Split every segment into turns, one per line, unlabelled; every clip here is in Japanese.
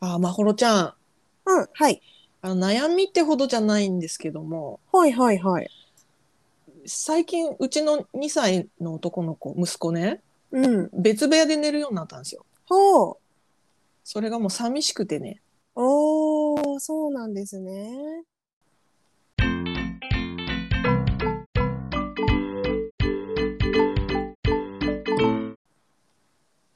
あ、まほろちゃん、
うん、はい。
あの悩みってほどじゃないんですけども、
はいはいはい。
最近うちの2歳の男の子、息子ね、
うん。
別部屋で寝るようになったんですよ。
ほう。
それがもう寂しくてね。
おー、そうなんですね。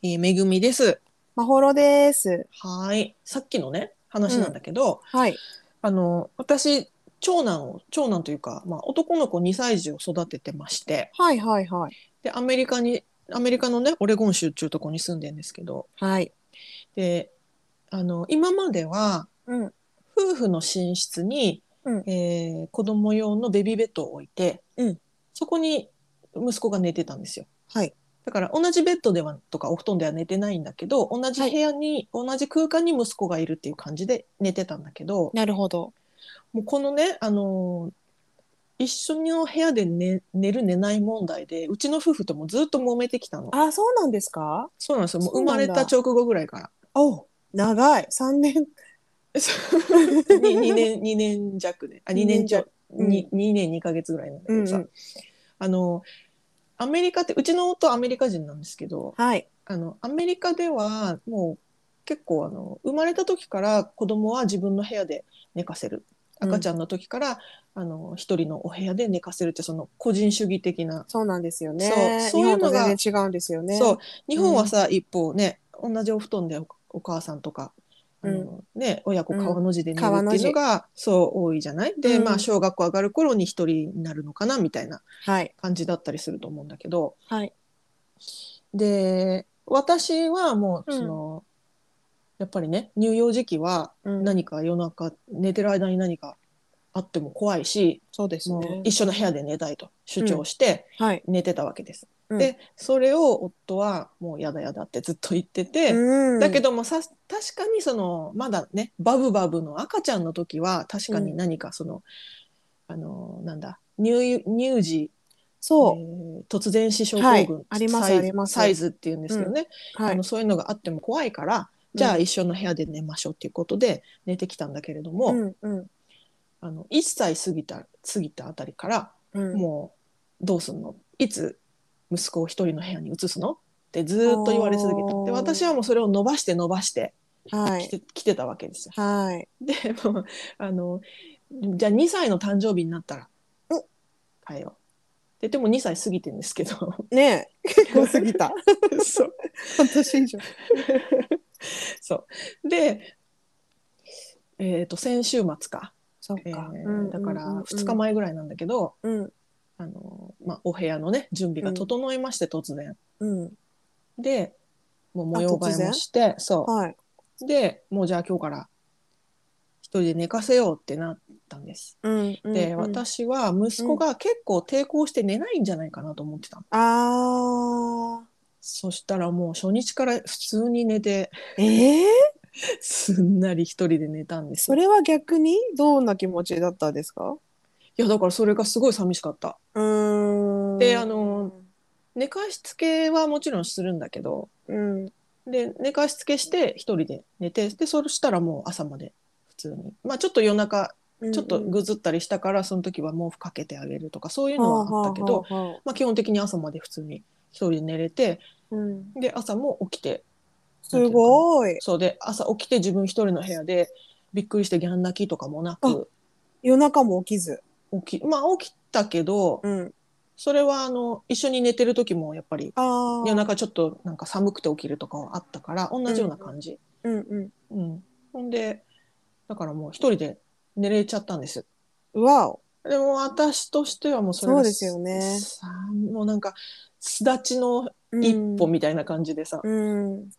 えーめぐみです。
まほろです。
はーい。さっきのね、話なんだけど、
はい。
あの、私、長男を、長男というか、まあ、男の子2歳児を育ててまして、
はいはいはい。
で、アメリカに、アメリカのね、オレゴン州っていうとこに住んでるんですけど、
はい。
で、あの、今までは、
うん。
夫婦の寝室に、
うん
えー子供用のベビーベッドを置いて、
うん
そこに息子が寝てたんですよ。
はい。
だから同じベッドではとかお布団では寝てないんだけど同じ部屋に、同じ空間に息子がいるっていう感じで寝てたんだけど
なるほど。
もうこのね、あのー一緒の部屋で寝寝る寝ない問題でうちの夫婦ともずっと揉めてきたの。
あ、そうなんですか
そうなんですよもう
そ
生
うな
ま
ん
れ
だ
た直後ぐらいから。
お長い。3年。
2年二年弱であ2年弱
うん
に二年2ヶ月ぐらいなんだけどさ、
うんうん
あのアメリカってうちの夫アメリカ人なんですけど
はい。
あのアメリカではもう結構あの生まれた時から子供は自分の部屋で寝かせる
うん
赤ちゃんの時から、あの一人のお部屋で寝かせるってその個人主義的な、
そうなんですよね。
そうそういうのが
日本と全然違うんですよね。
そう。日本はさ、一方ね同じお布団でおお母さんとか。あのね、親子川の字で寝る
うん
っていうの
川
が、そう多いじゃないで、
うん
まあ小学校上がる頃に一人になるのかなみたいな
はい。
感じだったりすると思うんだけど、
はい。
で私はもう
うん
その、やっぱりね乳幼児期は
うん
何か夜中寝てる間に何かあっても怖いし、
そうです
もう
ね
一。緒の部屋で寝たいと主張して
はい。
寝てたわけです。
うん
でそれを夫はもうやだやだってずっと言ってて、
うん
だけ、どもさ確かにそのまだねバブバブの赤ちゃんの時は確かに何かその、あのなんだ乳乳児
そ
えー突然死症候群、
はいあります
サイズ
あります
サイズっていうんですけどね、
う。は
あ
い
の。そういうのがあっても怖いから、
うん
じゃあ一緒の部屋で寝ましょうっていうことで寝てきたんだけれども、
うんうん
あの1歳過ぎた過ぎたあたりから、
うん。
もうどうすんのいつ息子を一人の部屋に移すのってずーっと言われ続けたで
あー
私はもうそれを伸ばして伸ばして
は
来て,、
い。
来てたわけですよ。
はい。
でもうあのじゃあ2歳の誕生日になったら「
お
変えよう」ででも2歳過ぎてんですけど。
ねえ。結構過ぎた。
そう。
半年以上。
そう。で、えっ、と、先週末か。
そっ
え
か。
ー
うん
だから、2日
前。
前ぐらいなんだけど、
うん。
あの、まあ、お部屋のね、準備が整いまして、突然。
うん。
で、もう模様替えもして、そ
はい。
う。で、もうじゃあ今日から、一人で寝かせようってなったんです。
うん。うん
で、。
うん
私は息子が結構抵抗して寝ないんじゃないかなと思ってたの、
あ
そしたらもう初日から普通に寝て
ー。ええ
すんなり一人で寝たんです
そ
よ
れは逆にどんな気持ちだったんですか
いやだからそれがすごい寂しかった
うーん。
であの、寝かしつけはもちろんするんだけど
うん。
で寝かしつけして一人で寝てでそしたらもう朝まで普通にまあちょっと夜中ちょっとぐずったりしたからその時は毛布かけてあげるとかそういうのはあったけど、
はあはあはあ
まあ、基本的に朝まで普通に一人で寝れて
うん。
で朝も起きて
すごい。
そうで朝起きて自分一人の部屋でびっくりしてギャン泣きとかもなく
夜中も起きず。
起きまあ起きたけど
うん。
それはあの一緒に寝てる時もやっぱり
ああ。
夜中ちょっとなんか寒くて起きるとかはあったから同じような感じ、
うんうん。
うんほんでだからもう一人で寝れちゃったんです
わお。
でも私としてはもうそれが
そうですよね
さもうなんか巣立ちの一歩みたいな感じでさ、
うん。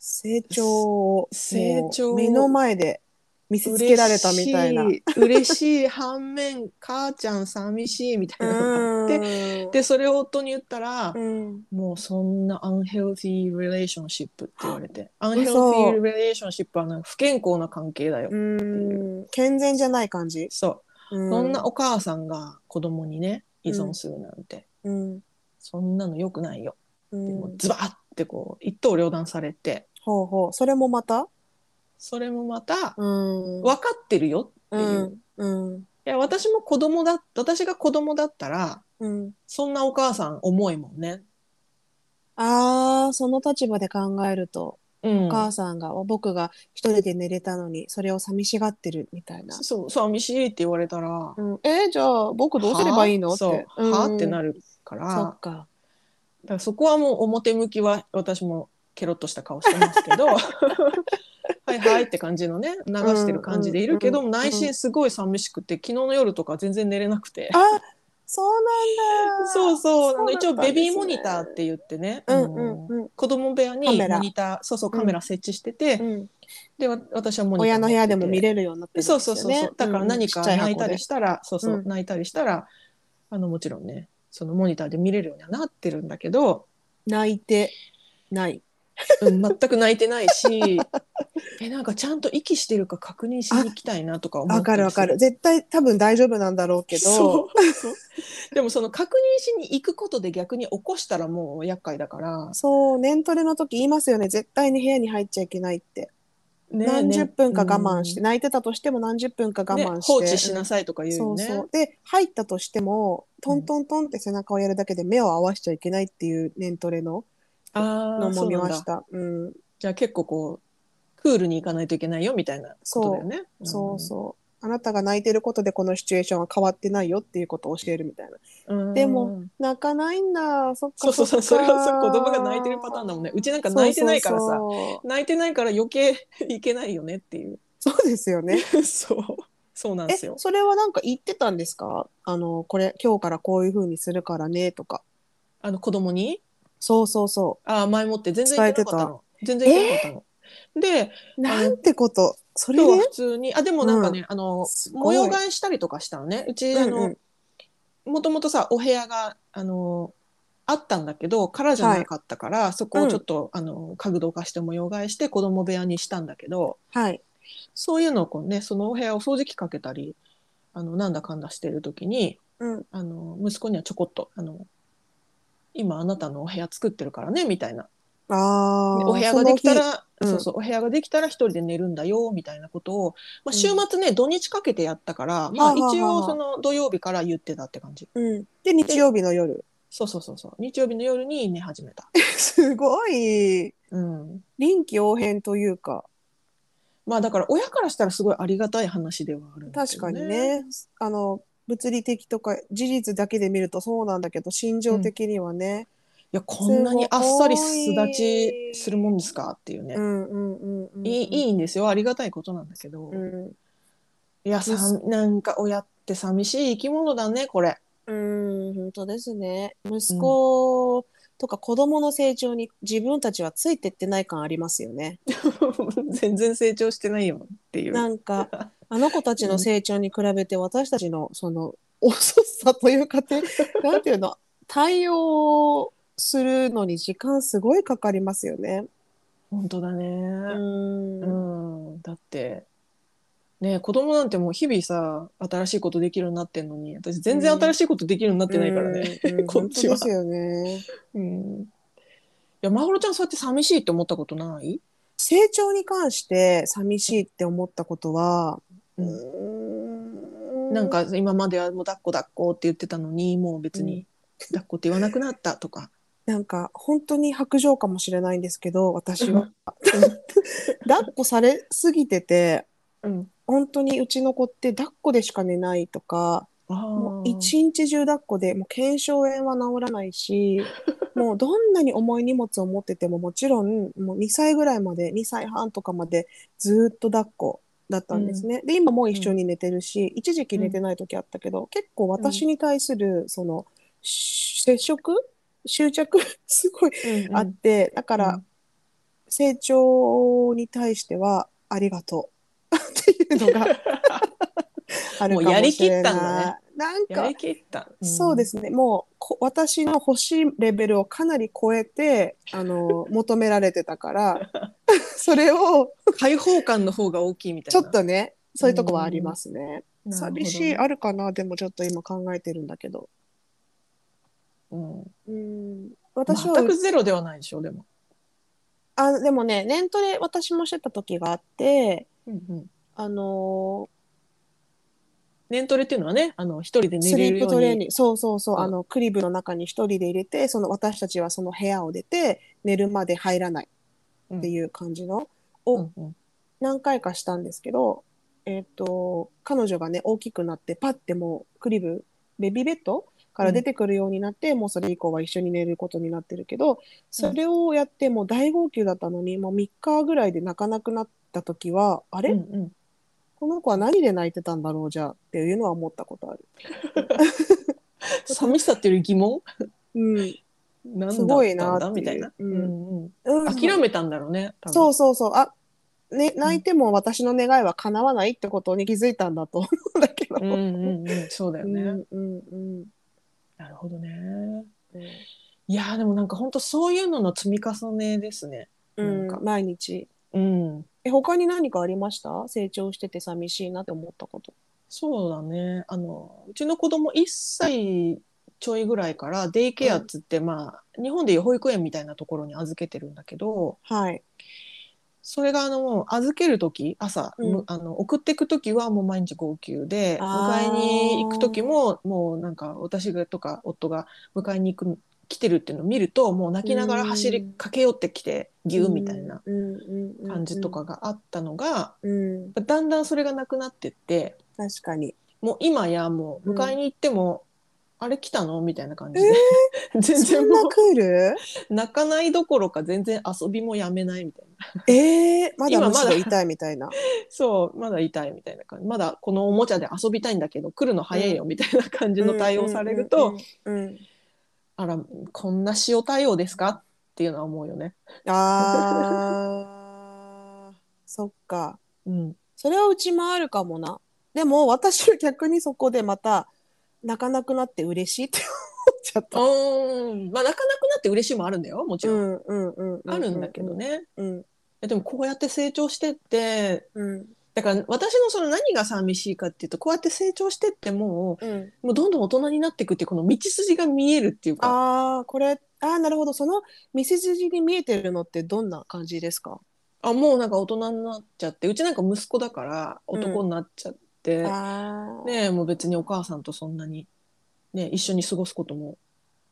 成長を。
成長
もう目の前で見せつけられたみたいな。
嬉しい嬉しい反面母ちゃん寂しいみたいなのがあって
で
でそれを夫に言ったら、
うん、
もうそんなアンヘルティー・レレーションシップって言われてアンヘルティ
嘘
ー・レレーションシップはなんか不健康な関係だよ、
うん、健全じゃない感じ。
そう
うん、
そんなお母さんが子供にね依存するなんて、
うん、
そんなの良くないよ、
う、
もうんズバッてこう一刀両断されて
ほうほう、それもまた。
それもまた
う
分
ん。
かってるよって
う
いう、い
ん。うん。
や私も子供だ私が子供だったら
うん。
そんなお母さん重いもんね。
ああ、その立場で考えると、
うん
お母さんが、僕が一人で寝れたのに、それを寂しがってるみたいな。
そう寂しいって言われたら
うん、えーじゃあ、僕どうすればいいの
は
って。
そう、
ん
はってなるから
そっか。
だからそこはもう表向きは私もケロッとした顔してます けどはいはいって感じのね流してる感じでいるけど
うん
も内心すごい寂しくて昨日の夜とか全然寝れなくて
あそうなんだ。
そうそうあの
だった
一
ん
応ベビー
ですね
モニターっ。て言ってね、
う
あ
ん
の
うんうん
子供部屋に
カメラ
モニターそうそうカメラ設置してて、
うん。
でわ私はモニター
親の部屋でも見
る
れるようになってるんです
そ
よ
う
ね。
そうそうそうだから何か
うんちっちゃ
泣いたり
て。
したら、そうそう、
うん
泣いたりしたらあのもちろんねそのモニターで見れるようにはなってるんだけど、
泣いてない。
うん、全く泣いてないし えなんかちゃんと息してるか確認しに行きたいなとか思ったり
わかるわかる。絶対多分大丈夫なんだろうけ
す
ど。
るそう そうでもその確認しに行くことで逆に起こしたらもう厄介だから、
そう、年トレの時言いますよね。絶対に部屋に入っちゃいけないって。
ね
何十分か我慢して、
ね
泣いてたとしても何十分か我
うんね
慢して。
放置しなさいとか言う
そ
よ
う
ね
そう。で、入ったとしても、トントントンって背中をやるだけで目を合わしちゃいけないっていう年トレの
あ
の
あそ
も
う
見
なん
ま
だ
した。うん。
じゃあ結構こうクールに行かないといけないよみたいなことだよね
そうそう。あなたが泣いてることでこのシチュエーションは変わってないよっていうことを教えるみたいな。
うん、
でも泣かないんだ。そっか
そうそうそうそ
っ
れ
か
はそう子供が泣いてるパターンだもんねうちなんか泣いてないからさ
そうそう
泣いてないから余計いけないよねっていう
そう そうですよね。
そう。そうなんで
え、
すよ。
それはなんか言ってたんですかあの、これ、今日からこういう風にするからね、とか。
あの子供に、
そうそうそ
あー前もって全然行けなかったの。全然行けなかったの。で、
う。なんてこと。それ
今日は
で
普通に、あ、でもなんかね、あの、
すご
模
い
様替えしたりとかしたのね。うち、あ
うんう
の
ん、
もともとさ、お部屋が、あの、あったんだけど、空じゃなかったから、そこをちょっと、あの、家具ど化して模様替えして子供部屋にしたんだけど、
はい。
そういうのをこうね、そのお部屋を掃除機かけたり、あの、なんだかんだしてる時に、
うん。
あの息子にはちょこっとあの今あなたのお部屋作ってるからねみたいな
ああ。
お部屋ができた
その
ら
う
そ
ん
うそうお部屋ができたら一人で寝るんだよみたいなことを、まあ、週末ね、土日かけてやったから、ま
は
あ、
あはあはあ
一応その土曜日から言ってたって感じ
日。うん。で、日曜日の夜。
そうそうそうそう日曜日の夜に寝始めた、
すごい。
うん、
臨機応変というか、
まあだから親からしたらすごいありがたい話ではあるんだけ
確
ど
かにね、あの、物理的とか事実だけで見るとそうなんだけど、心情的にはね。
いやこんなにあっさり巣立ちするもんですかっていうね、
うんうんうんうん。
いいい
い。
いんですよありがたいことなんだけど、
うん。
いやさんなんか親って寂しい生き物だねこれ。
うーん、本当ですね。息子とか子供の成長に自分たちはついてってない感ありますよね。
全然成長してないよっていう。
な んか、あの子たちの成長に比べて私たちのその遅さという かて、なんていうの、対応するのに時間すごいかかりますよね。
本当だ
う
ね。う
ーん。
ん、だってね子供なんてもう日々さ新しいことできるようになってんのに私全然新しいことできるようになってないからね。
うん。うん
こっちは
本当ですよね。
うんいやまほろちゃんそうやって寂しいって思ったことない
成長に関して寂しいって思ったことは、
う
ー
なんか今まではもう抱っこ抱っこって言ってたのにもう別
う
に抱っこって言わなくなったと か。
なんか本当に白状かもしれないんですけど私
う
は抱っこされすぎてて
うん。
本当にうちの子って抱っこでしか寝ないとか
ああ。
もう一日中抱っこでもう腱鞘炎は治らない しもうどんなに重い荷物を持っててももちろんもう2歳ぐらいまで2歳半とかまでずっと抱っこだったんですね、で今もう一緒に寝てるし、一時期寝てない時あったけど、結構私に対するそのし接触執着 すごい
うんうん
あって、だから、
うん
成長に対してはありがとう ってい うのがあるかもしれない。
もうやりきったんだね。
なん
や
か
り、きった。。
そうですすね。もうこ私の欲しいレベルをかなり超えて、あの、求められてたから、それを
開放感の方が大きいみたい
ちょ
な。
っとね、そういうとこはありますね。
なるほどね
寂しい、あるかなでもちょっと今考えてるんだけど。
うん、
うん。私は
全くゼロではないでしょ、でも。
あ、でもね、年トレ私もしてた時があって、
うんうん、
あの
年トレっていうのはねあの一人で
ー
寝
ス
れ
リ
る
ー
よ
プ
う
トレー
に
ニング、そうそうそう、
うん
あの、クリブの中に一人で入れて、その私たちはその部屋を出て、寝るまで入らないっていう感じのを
うんうん
何回かしたんですけど、えっ、と、彼女がね、大きくなって、パッてもう、クリブ、ベビーベッドから出てくるようになって、もうそれ以降は一緒に寝ることになってるけど、それをやって、もう大号泣だったのに、もう3日ぐらいで泣かなくなった時は、あれ、
うんうん
この子は何で泣いてたんだろう、じゃあ、っていうのは思ったことある。
寂しさっていうより疑問
うん。
なんだ
すごいな
っ
ったてい
んだみた
う
いな、
うん
うんうん、
うん、
諦めたんだろうね多分
そうそうそう。あ、ね、泣いても私の願いは叶わないってことに気づいたんだと思うんだけど。
うんうんうん、そうだよね、
うんうんうん
なるほどね
うん
いやーでもなんか本当そういうのの積み重ねですね
うん
なんか
毎日。
うん
え、他に何かありました成長してて寂しいなって思ったこと。
そうだねあのうちの子供1歳ちょいぐらいからデイケアっつって、まあ日本でいう保育園みたいなところに預けてるんだけど
はい。
それがあのもう預ける時朝、
うん
むあの送っていく時はもう毎日号泣で迎
あー
えに行く時ももうなんか私がとか夫が迎えに行く来てるっていうのを見るともう泣きながら走り駆け寄ってきてギューみたいな
うんうんうん
感じと。かがあったのが、
うん、
だんだんそれがなくなってって
確かに。
もう今やもう迎えに行っても、あれ来たのみたいな感 じで、 全
そ
然
んな
も
クー ル
う泣かないどころか全然遊びもやめないみたいな
えー、まだ
今
むし
まだ
ろ痛いみたいな。
そうまだ痛いみたいな感じまだこのおもちゃで遊びたいんだけど来るの早いよみたいな感じの対応されると、
うんうんうんうん、
あらこんな塩対応ですかっていうのは思うよね。
あー、そっか。
うん、
それはうちもあるかもな。でも私は逆にそこでまた泣かなくなって嬉しいって思っちゃっ
う
た。
ーんまあ泣かなくなって嬉しいもあるんだよもち
う
ろん、
んうんうんう
あるんだけど。ね、
うん
えでもこうやって成長してって
うん
だから私のその何が寂しいかっていうとこうやって成長してっても
うん。
うもうどんどん大人になっていくっていうこの道筋が見えるっていうか
ああ、これ、ああ、なるほど。その見せ筋に見えてるのってどんな感じですか
あもうなんか大人になっちゃってうちなんか息子だから男になっちゃって、
ああ、
ねえもう別にお母さんとそんなに、ね、一緒に過ごすことも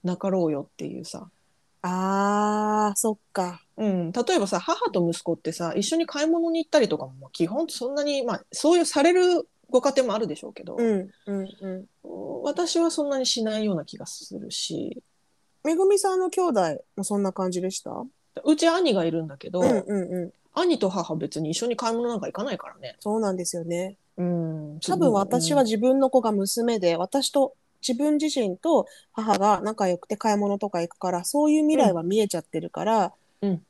なかろうよっていうさ、
ああ、そっか。
うん、例えばさ母と息子ってさ一緒に買い物に行ったりとかももう基本そんなに、まあ、そういうされるご家庭もあるでしょうけど、
うんうんうん。
私はそんなにしないような気がするし
めぐみさんの兄弟もそんな感じでしたう
うち兄がいるんだけど、
んうんうん。
兄と母別に一緒に買い物なんか行かないからね。
そうなんですよね。
うん、
多分私
う
は
ん
自分の子が娘で、私と自分自身と母が仲良くて買い物とか行くから、そういう未来は見えちゃってるから、
うん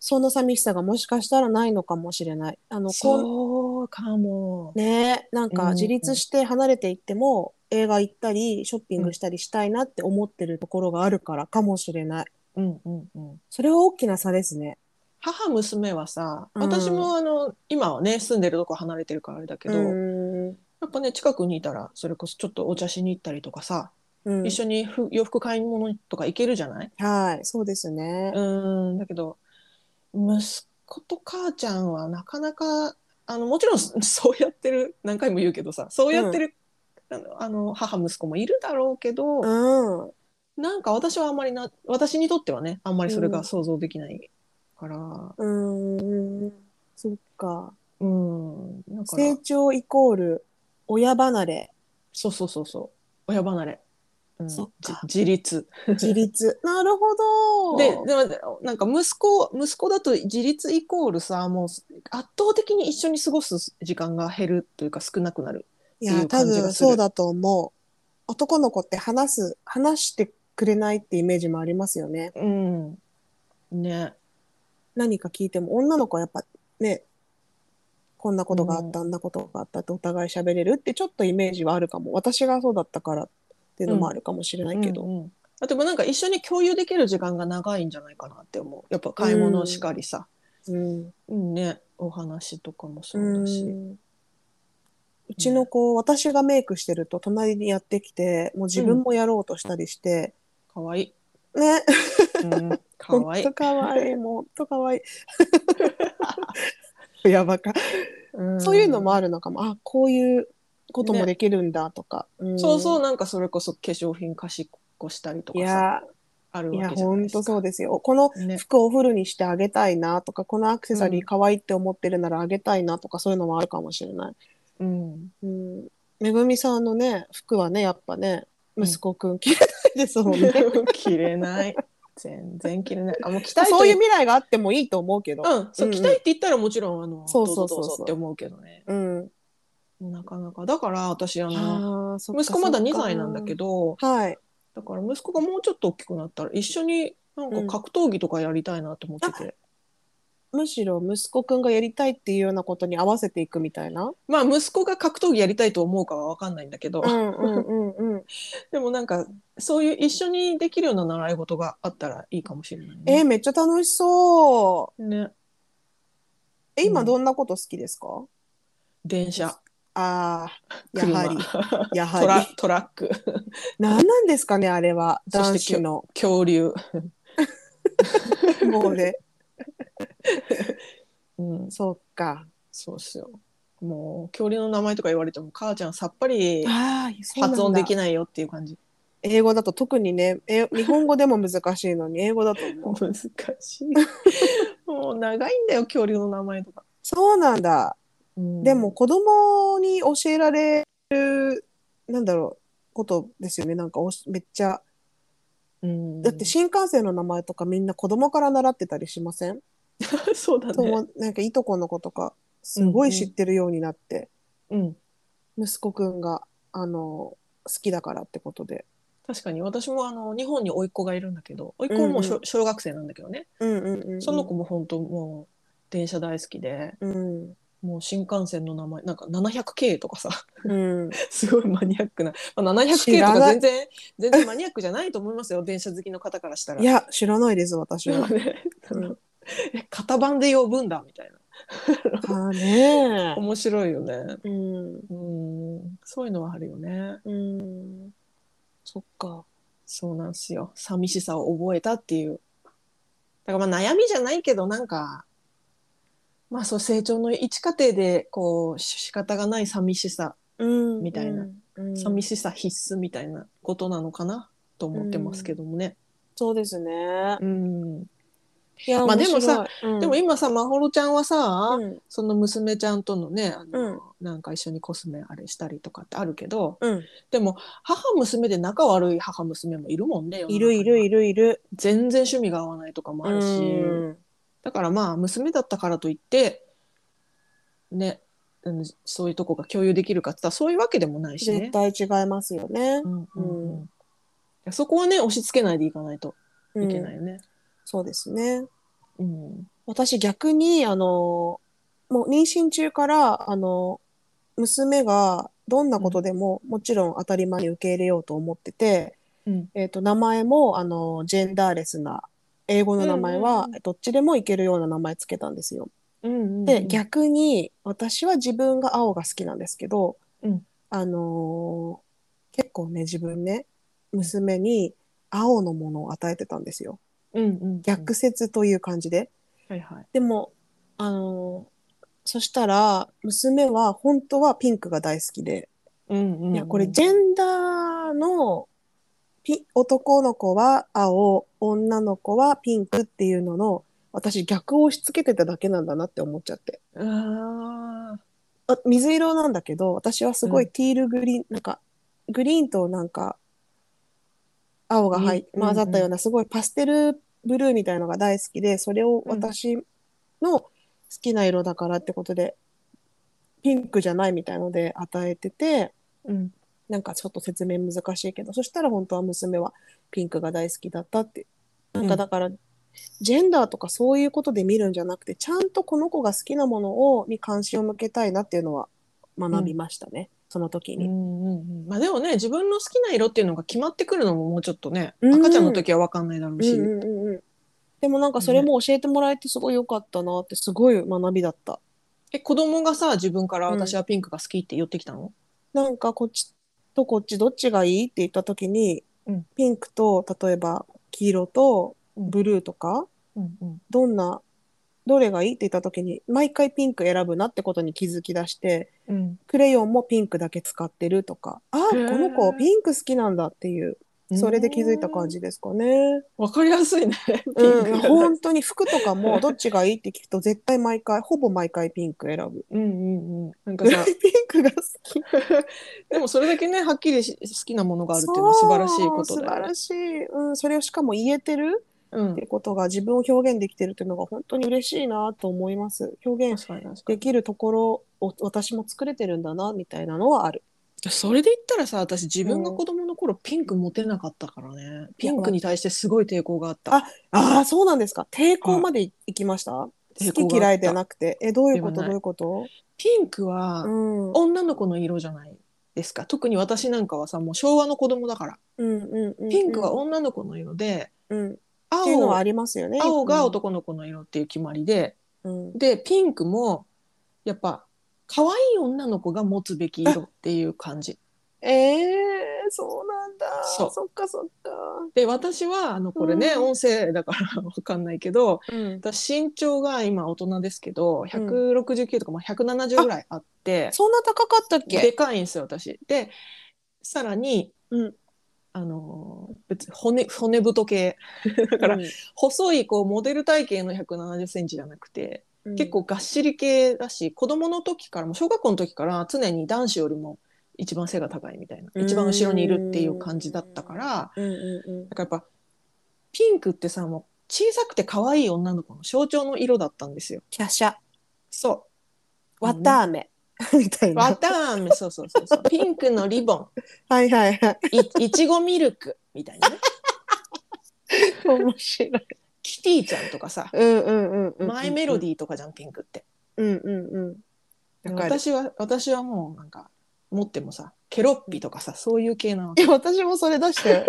その寂しさがもしかしたらないのかもしれない。あの、こう
そうかも。
ねえ、なん
うん
か自立して離れていっても、映画行ったり、ショッピングしたりしたいなって思ってるところがあるからかもしれない。
うんうんうん
それは大きな差ですね。
母娘はさ
うん
私もあの、今はね住んでるとこ離れてるからあれだけど、や
う
っぱね近くにいたらそれこそちょっとお茶しに行ったりとかさ、
ーん。
一緒にふ洋服買い物とか行けるじゃない
うん。はい、そうですね。
うんだけど息子と母ちゃんはなかなかあのもちろんそ そうやってる何回も言うけどさそうやってる、あのあの母息子もいるだろうけど、
うん。
なんか私はあんまりな私にとってはねあんまりそれが想像できないから、
うん。そっか。
うん、だから
成長イコール親離れ、
そうそうそうそう親離れ、うん、
そっか
じ自立
自立。なるほど。
ででもなんか息子息子だと自立イコールさもう圧倒的に一緒に過ごす時間が減るというか少なくなる
い
ってい
や、
う
多
感じが
分
する
そうだと思う。男の子って話す、話してくれないってイメージもありますよね。
うんね
何か聞いても女の子はやっぱねこんなことがあった、あんなことがあったってお互い喋れるってちょっとイメージはあるかも私がそうだったからっていうのもあるかもしれないけど、
うんうんあでもなんか一緒に共有できる時間が長いんじゃないかなって思うやっぱ買い物しかりさ、
うん
うんねお話とかもそううだし、
んうちの子私がメイクしてると 隣にやってきてもう自分もやろうとしたりして、
かわいい
ね
うん、か
ほ
わ
ん
いい
と。かわいい、もうほんとかわい い。やばか。そういうのもあるのかも。あ、こういうこともできるんだとか。
うんんそうそうなんかそれこそ化粧品貸しっこしたりと
い
かさ
や、
ある
いや、
わけじゃな
ほ
い
ん
です
と
か。
そうですよ。この
ね
服をフルにしてあげたいなとか、このアクセサリ
う
ー可愛いって思ってるならあげたいなとか、そういうのもあるかもしれない。
うん、
うん、めぐみさんのね、服はね、やっぱね、
うん
息子くん着れないですも んね。
着れない全然着れないあもう着たいと
そういう未来があってもいいと思うけど。
うん、そううん
うん
着たいって言ったらもちろんあの
そ
そうう
そ
そうう
そ
そううそ
そう
うって思うけどね
うん。
なかなかだから私あの
ああ、そっか
息子まだ2歳なんだけ
ど。
ど
はい。
だから息子がもうちょっと大きくなったら一緒になんか格闘技とかやりたいなと思ってて、
むしろ息子くんがやりたいっていうようなことに合わせていくみたいな。
まあ息子が格闘技やりたいと思うかは分かんないんだけど、
うんうんうんうん。
でもなんかそういう一緒にできるような習い事があったらいいかもしれない
えー
ね。
めっちゃ楽しそう。
ね
え、今どんなこと好きですか、
電車
あ あ、や
車
はり。や
ト
は
ラ
り。
トラック
何なんですかね、あれは。
そして
男子の。
恐竜、
もう ね。
うん、
そっか。
そうっすよもう恐竜の名前とか言われても母ちゃんさっぱり
ああ、そうなんだ
発音できないよっていう感じ
英語だと特にね、え日本語でも難しいのに、英語だともう。
難しい もう長いんだよ恐竜の名前とか、
そうなんだ。
うん
でも子供に教えられる、なんだろう、ことですよね。なんかおしめっちゃ。
うん
だって新幹線の名前とかみんな子供から習ってたりしません、
そうだ
と
ね
もなんかいとこの子とか、すごい知ってるようになって、
うん
息子くんが、あの、好きだからってことで。
確かに私もあの日本に甥いっ子がいるんだけど甥いっ子はもう小,、
うんう
小学生なんだけどね
うんうんうん、うん。
その子も本当もう電車大好きで
うん。
もう新幹線の名前なんか 700K とかさ
うん。
すごいマニアックな、まあ、
知
700K
ら
と
な
か全
い
然全然マニアックじゃないと思いますよ電車好きの方からしたら。
いや、知らないです、私
でも
は。
ね、あ
う
のえ型番で呼ぶんだみたいな
ああね
面白いよね
え。うん。
うんそういうのはあるよね
うん。そっか。
そうなんですよ寂しさを覚えたっていうだからまあ悩みじゃないけどなんかまあそう成長の一過程でこうし仕方がない寂しさ
うん。
みたいな。
うん、
寂しさ必須みたいなことなのかなと思ってますけどもね。
そうですね。
うん
いや、
まあ
面白い
でもさ、
うん
でも今さまほろちゃんはさ、
うん、
その娘ちゃんとのねあの、
うん
なんか一緒にコスメあれしたりとかってあるけど
うん、
でも母娘で仲悪い母娘もいるもんね
いるいるい
る
るいる。
全然趣味が合わないとかもあるし、
うん
だからまあ娘だったからといってねうんそういうとこが共有できるかって言ったらそういうわけでもないしね
絶。対違いますよね
う。んうんうん
うん
いやそこはね押し付けないでいかないと
う
い
ん
けないよね。
そうですね。
うん
私逆に、あの、もう妊娠中から、あの、娘がどんなことでも、もちろん当たり前に受け入れようと思ってて、
うん
えっと、名前も、あの、ジェンダーレスな、英語の名前
うんうん
は
う、
どっちでもいけるような名前つけたんですよ。
うんうん
で、逆に私は自分が青が好きなんですけど、
うん
あのー結構ね自分ね娘に青のものを与えてたんですよ
うんうん
逆説という感じで、
はいはい。
でもあのーそしたら娘は本当はピンクが大好きで、
うんうんうん
いやこれジェンダーのピ男の子は青女の子はピンクっていうのの私逆を押し付けてただけなんだなって思っちゃって。
あ
あ水色なんだけど私はすご
う
いティールグリーン、なんかグリーンとなんか青が入っ
うん
混ざったようなすごいパステルブルーみたいのが大好きでそれを私の好きな色だからってことで、ピンクじゃないみたいので与えてて
ーうん
なんかちょっと説明難しいけどそしたら本当は娘はピンクが大好きだったってなんかだから、ジェンダーとかそういうことで見るんじゃなくて、ちゃんとこの子が好きなものをに関心を向けたいなっていうのは学びましたね、その時
う
に。
んうんうんまあでもね自分の好きな色っていうのが決まってくるのももうちょっとね
うん
赤ちゃんの時は分かんないだろうし、
うんうんうんうんでもなんかそれも教えてもらえてすごい良かったなってすごい学びだった。
え子供がさ自分から
うん
私はピンクが好きって言ってきたの、
なんかこっちとこっちどっちがいいって言った時に、
うん
ピンクと例えば黄色と
うん
ブルーとか、
うんうん
どんな、どれがいいって言った時に、毎回ピンク選ぶなってことに気づき出して、
うん
クレヨンもピンクだけ使ってるとか、ああ、こ
へー
の子ピンク好きなんだっていう、それで気づいた感じですかね。
わかりやすいね。ピン
うん、
ク。
本当に服とかもどっちがいいって聞くと絶対毎回、ほぼ毎回ピンク選ぶ。
うんうんうん。なんか
ぐら
さ
い、ピンクが好き。
でもそれだけね、はっきりし好きなものがあるっていうのは素晴らしいことだよね。
そう素晴らしい。うん、それをしかも言えてる
う
って
ん。
ことが自分を表現できてるっていうのが本当に嬉しいなと思います。表現
確かに確か
できるところを私も作れてるんだなみたいなのはある。
にそれで言ったらさ、私自分が子供の頃ピンク持てなかったからね。ピンクに対してすごい抵抗があった。
ああ、そうなんですか。抵抗までいいきました好
抵抗が
き
あった
嫌いではなくて。え、どういうこ
で
と
はない
どういうこと
ピンクは
うん。うん
女の子の色じゃないですか。特に私なんかはさ、もう昭和の子供だから。
うんうん。
ピンクは女の子の色で、
うん。うん。っていう
青
のはあ
は
りますよね。
青が男の子の色っていう決まりで、
うん。うん
で、ピンクもやっぱ可愛い女の子が持つべき色っていう感じ。
ええそうなんだ。
そう
そっかそっか。
で私はあのこれね、
うん
音声だからわかんないけど
うん。
私身長が今大人ですけど169とかまあ170ぐらいあって、
そんな高かったっけ
でかいんですよ私。でさらに、
うん
あのー別に骨骨太系だから
うん
細いこうモデル体型の1 7 0センチじゃなくて、
うん
結構がっしり系だし子供の時からも小学校の時から常に男子よりも一番背が高いみたいな一番後ろにいるっていう感じだったから。
うんうんうん
なんかやっぱピンクってさもう小さくて可愛い女の子の象徴の色だったんですよ。
華奢、
そ。
わたあめ、みたいうな。
わたあめ、そうそうそうそう。ピンクのリボン、
はいはいはい。
いいちごミルクみたいな ね。
面白い。
キティちゃんとかさ、
うんうんうんうんうん。
マイメロディーとかじゃん、ピンクって。
うんうんうん。わかる。
私は、私はもうなんか、持ってもさ、ケロッピとかさ、そういう系なわけ。
え、私 もそれ出 して、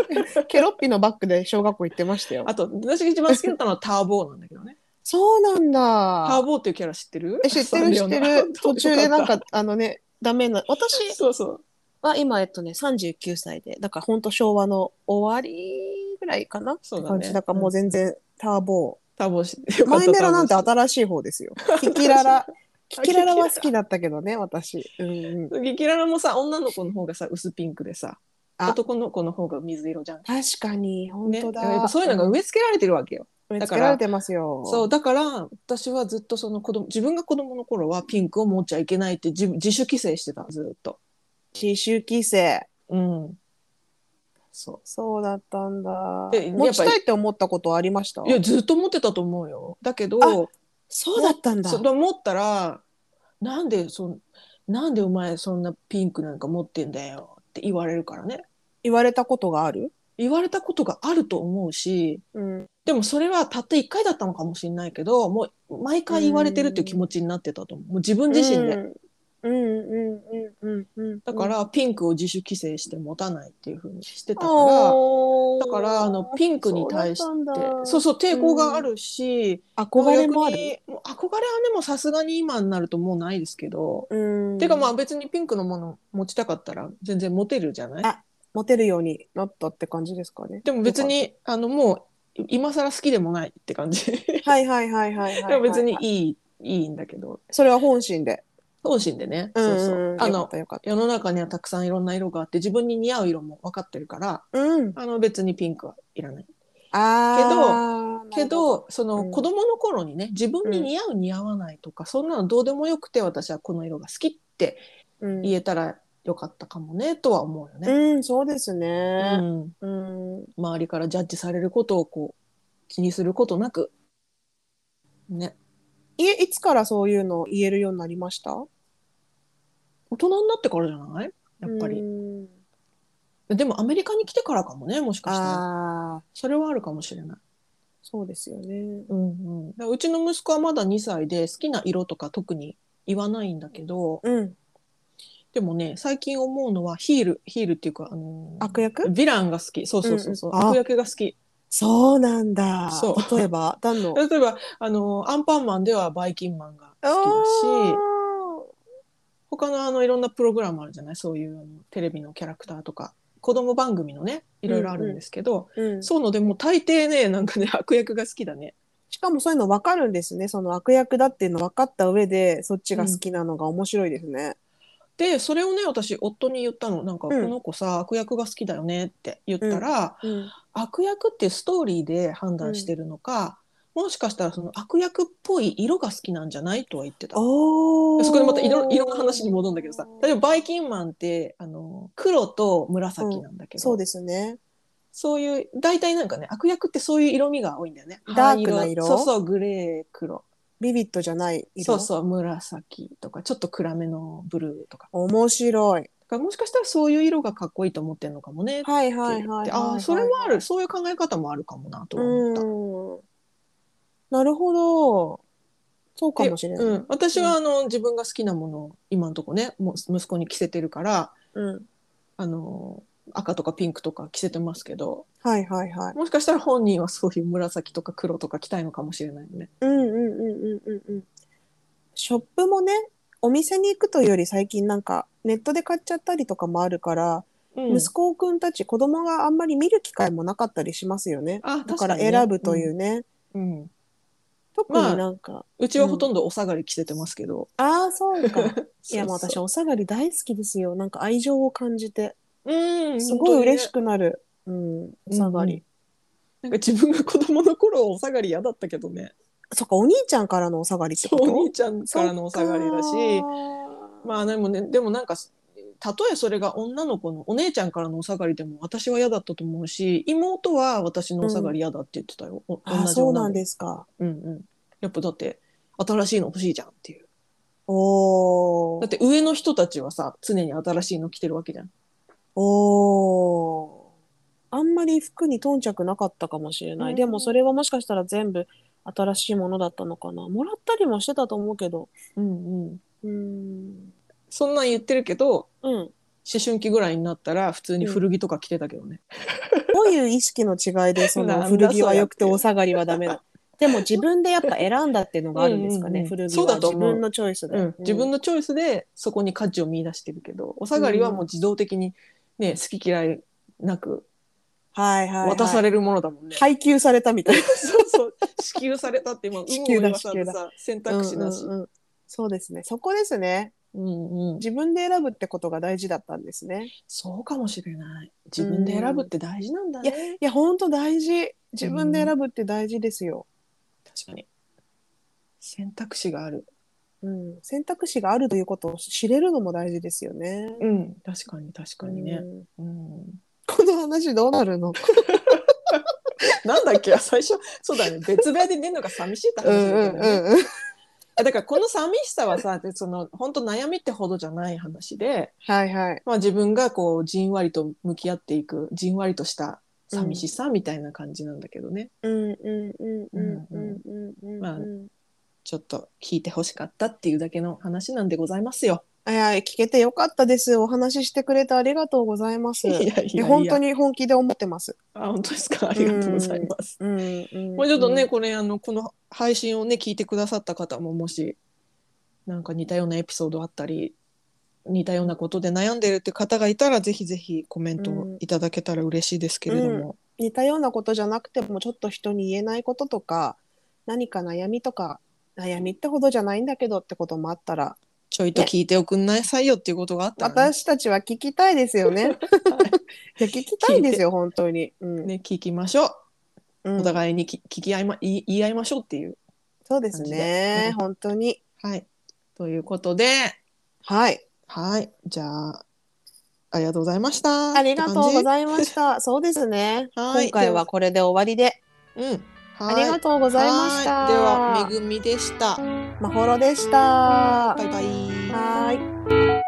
ケロッピのバッグで小学校行ってましたよ。
あと、私が一番好きだったのはターボーなんだけどね。
そうなん
ター
だ。
ボーっていうキャラ知ってる
え、知ってる知ってる。 途中でな
サン
ん。
リオの
か、あのね、ダメな、私
そうそう。
は今、えっとね、39歳で、だから本当昭和の終わりぐらいかな
そうだね
感じだからもう全然ターボ
ターボー知って
ー。
る。
マイメロなんて
あ
新しい方です よ。キキララ。キキララは
キ
好きだったけどね、私。うんうん。
ゲキララもさ女の子の方がさ薄ピンクでさ
あ
男の子の方が水色じゃん。
確かに、本
ね、
当だ。
やっぱそういうのが植え付けられてるわけよ。
植え
だ
付
か
け
ら
られてますよ。
そうだから私はずっとその子供自分が子供の頃はピンクを持っちゃいけないって自自主規制してたずっと。
刺繍規制。
うん。そ
そうだったんだ。
え
持ち
やっぱ
た
り
いって思ったことありました
う。いやずっと持ってたと思うよ。だけど
あそうだったんだ
そ。れ持ったらなんでそんなんでお前そんなピンクなんか持ってんだよって言われるからね。
言われたことがある
言われたことがあると思うし。
うん。
でもそれはたった1回だったのかもしれないけどもう毎回言われてるっていう気持ちになってたと思うもう自分自身で、。
うんうんうんうんうん。
だか、らピンクを自主規制して持たないっていうふうにしてたから、だ
だ
からあのピンクに対してそうそう抵抗があるし、
憧れもある
逆。にもう憧れはねもうさすがに今になるともうないですけど、
うん
てかまあ別にピンクのもの持ちたかったら全然持てるじゃない
あモテるようになったって感じですかね。
でも別にあのもう今更好きでもないって感じ
はいはいはいはいはいはい。
でも別にいいいいんだけど
それは本心で。
本心でね、そうそ
ん。
うんあ
よかっ
の
たよかっ
世の中にはたくさんいろんな色があって自分に似合う色も分かってるから
た。うん。
あの別にピンクはいらない
ああ。
け
なるほ、
どその、
うん
子供の頃にね自分に似合う似合わないとか、そんなのどうでもよくて私はこの色が好きって
うん
言えたらよかったかもねとは思うよね、
うん、そうです
う
ね。
ん
うん。
周りからジャッジされることをこう気にすることなくね
いいつからそういうのを言えるようになりました
大人になってからじゃないやっぱり、
うん
でもアメリカに来てからかもねもしかしたら
ああ、
それはあるかもしれない
そうですよね。
うんうん、だからうちの息子はまだ2歳で好きな色とか特に言わないんだけど
うん。
でもね最近思うのはヒールヒールっていうか、あのー
悪役
ヴィランが好きそうそうそうそう、
うんうんあ
悪役が好き
そうなんだ。
そう
例えば、何の
例えば、あのーアンパンマンではバイキンマンが好きだし他のあのいろんなプログラムあるじゃないそういうあのテレビのキャラクターとか子供番組のねいろいろあるんですけど、
うん、
そうのでもう大抵ねなんかね悪役が好きだね
しかもそういうの分かるんですねその悪役だっていうの分かった上でそっちが好きなのが面白いですね。
でそれをね私夫に言ったのなんか、
うん
この子さ悪役が好きだよねって言ったら、
うん
悪役ってストーリーで判断してるのか、もしかしたらその悪役っぽい色が好きなんじゃないとは言ってた。
おー
そこでまたいろいろんな話に戻るんだけどさ例えばバイキンマンってあの黒と紫なんだけど、
そうですね。
そういう大体なんかね悪役ってそういう色味が多いんだよね
ダークな色
灰そうそうグレー黒
ビビットじゃない
そ
色。
うそう紫とかちょっと暗めのブルーとか
面白い。
だからもしかしたらそういう色がかっこいいと思ってるのかもねって
はいはい
言っ
はい
て、
はい。
ああそれもあるそういう考え方もあるかもなとは思った。
うん。なるほど。そうかもしれない。
でうん、私はあの自分が好きなものを今のとこねもう息子に着せてるから
うん。
あの赤とかピンクとか着せてますけど
はいはいはい。
もしかしたら本人はそういう紫とか黒とか着たいのかもしれないよね。
うんうんうんうんうんうん。ショップもね、お店に行くというより最近なんかネットで買っちゃったりとかもあるから、
うん
息子くんたち子供があんまり見る機会もなかったりしますよね。
あ、
だから選ぶといううね。
うんうん
特になんか、
うちはほとんどお下がり着せてますけど、
ああー、 そうか。い や、もう
そう
私、
そう
お下がり大好きですよ。なんか愛情を感じて、
うん
すごい嬉し
く
くなる。うん、お下がり。
なんか自分が子供の頃お下がり嫌だったけどね
そっか、お兄ちゃんからのお下がりって
そ
こ
う
と
お兄ちゃんからのお下がりだしまあでもねでもなんかたとえそれが女の子のお姉ちゃんからのお下がりでも私は嫌だったと思うし妹は私のお下がり嫌だって言ってたよ、お
あー、
同じ
そう
女
なん
の子
ですか。
うんうんやっぱだって新しいの欲しいじゃんっていう
おー。
だって上の人たちはさ常に新しいの着てるわけじゃん
おー。あんまり服に頓着なかったかもしれない。
うん
でも、それはもしかしたら全部新しいものだったのかな。もらったりもしてたと思うけど。
うんうん
うーん。
そんなん言ってるけど
うん。
思春期ぐらいになったら普通に古着とか着てたけどね、
どういう意識の違いで、そ
なん
の
だ
古着は良くて
それ
お下がりはダメだ。でも自分でやっぱ選んだっていうのがあるんですかね、
うんうんうん
古着
そう
は
だと
自
思う
分のチョイスで。
うん、自分
の、
のチョイスでそこに価値を見出してるけどお下がりはもう自動的に、ね、好き嫌いなく
はいはいはい、
渡されるものだもんね。
配給されたみたいな。
そうそう支給されたって今 有
支
無
給
を言
だ
わさずさ選択肢なし。
う
うんん
うんうんそうですね。そこですね。
うん
自分で選ぶってことが大事だったんですね。
そうかもしれない自分で選ぶって大事なんだね。
いや、ほんと大事。自分で選ぶって大事ですよ。
確かに選択肢がある。
うん、選択肢があるということを知れるのも大事ですよね。
うん、確かに確かにね
う。
う
ん
ん
この話どうなるの
なんだっけ 最初そうだね別部屋で寝るのが寂しいって話だったよね。
うん。
あだからこの寂しさはさでその本当悩みってほどじゃない話で、
はいはい。
まあ、自分がこうじんわりと向き合っていくじんわりとした寂しさみたいな感じなんだけどね、
うんうんうんうんうんうんうんうん。
まあちょっと聞いてほしかったっていうだけの話なんでございますよ。
いや、聞けてよかったです。お話ししてくれてありがとうございます。
いやい
い
やい
や
や
本当に本気で思ってます。
あ本当ですかありがとうございます。
うんうん
もうちょっとね、これあのこの配信をね聞いてくださった方ももしなんか似たようなエピソードあったり似たようなことで悩んでるって方がいたらぜひぜひコメントをいただけたら嬉しいですけれども。
うん似たようなことじゃなくても、ちょっと人に言えないこととか、何か悩みとか、悩みってほどじゃないんだけどってこともあったら、
ちょいと聞いておくんなさいよっていうことがあったらね、
私たちは聞きたいですよ ね。いや、聞きたいですよ、本当に。うん。
ね、聞きましょ
う
う。
ん
お互いにき聞き合いま言い言い合いましょうっていう。
そうですね、本当に。
はい。ということで、
はい。
はい。じゃあ、ありがとうございました。
ありがとうご
い
ざいました。 そうですね。
はい
今回はこれで終わりで。
ます。うん。
ありがとうご
ご
ざいました。
では、めぐみでした。
まほろでした。
バイバイ。
はーい。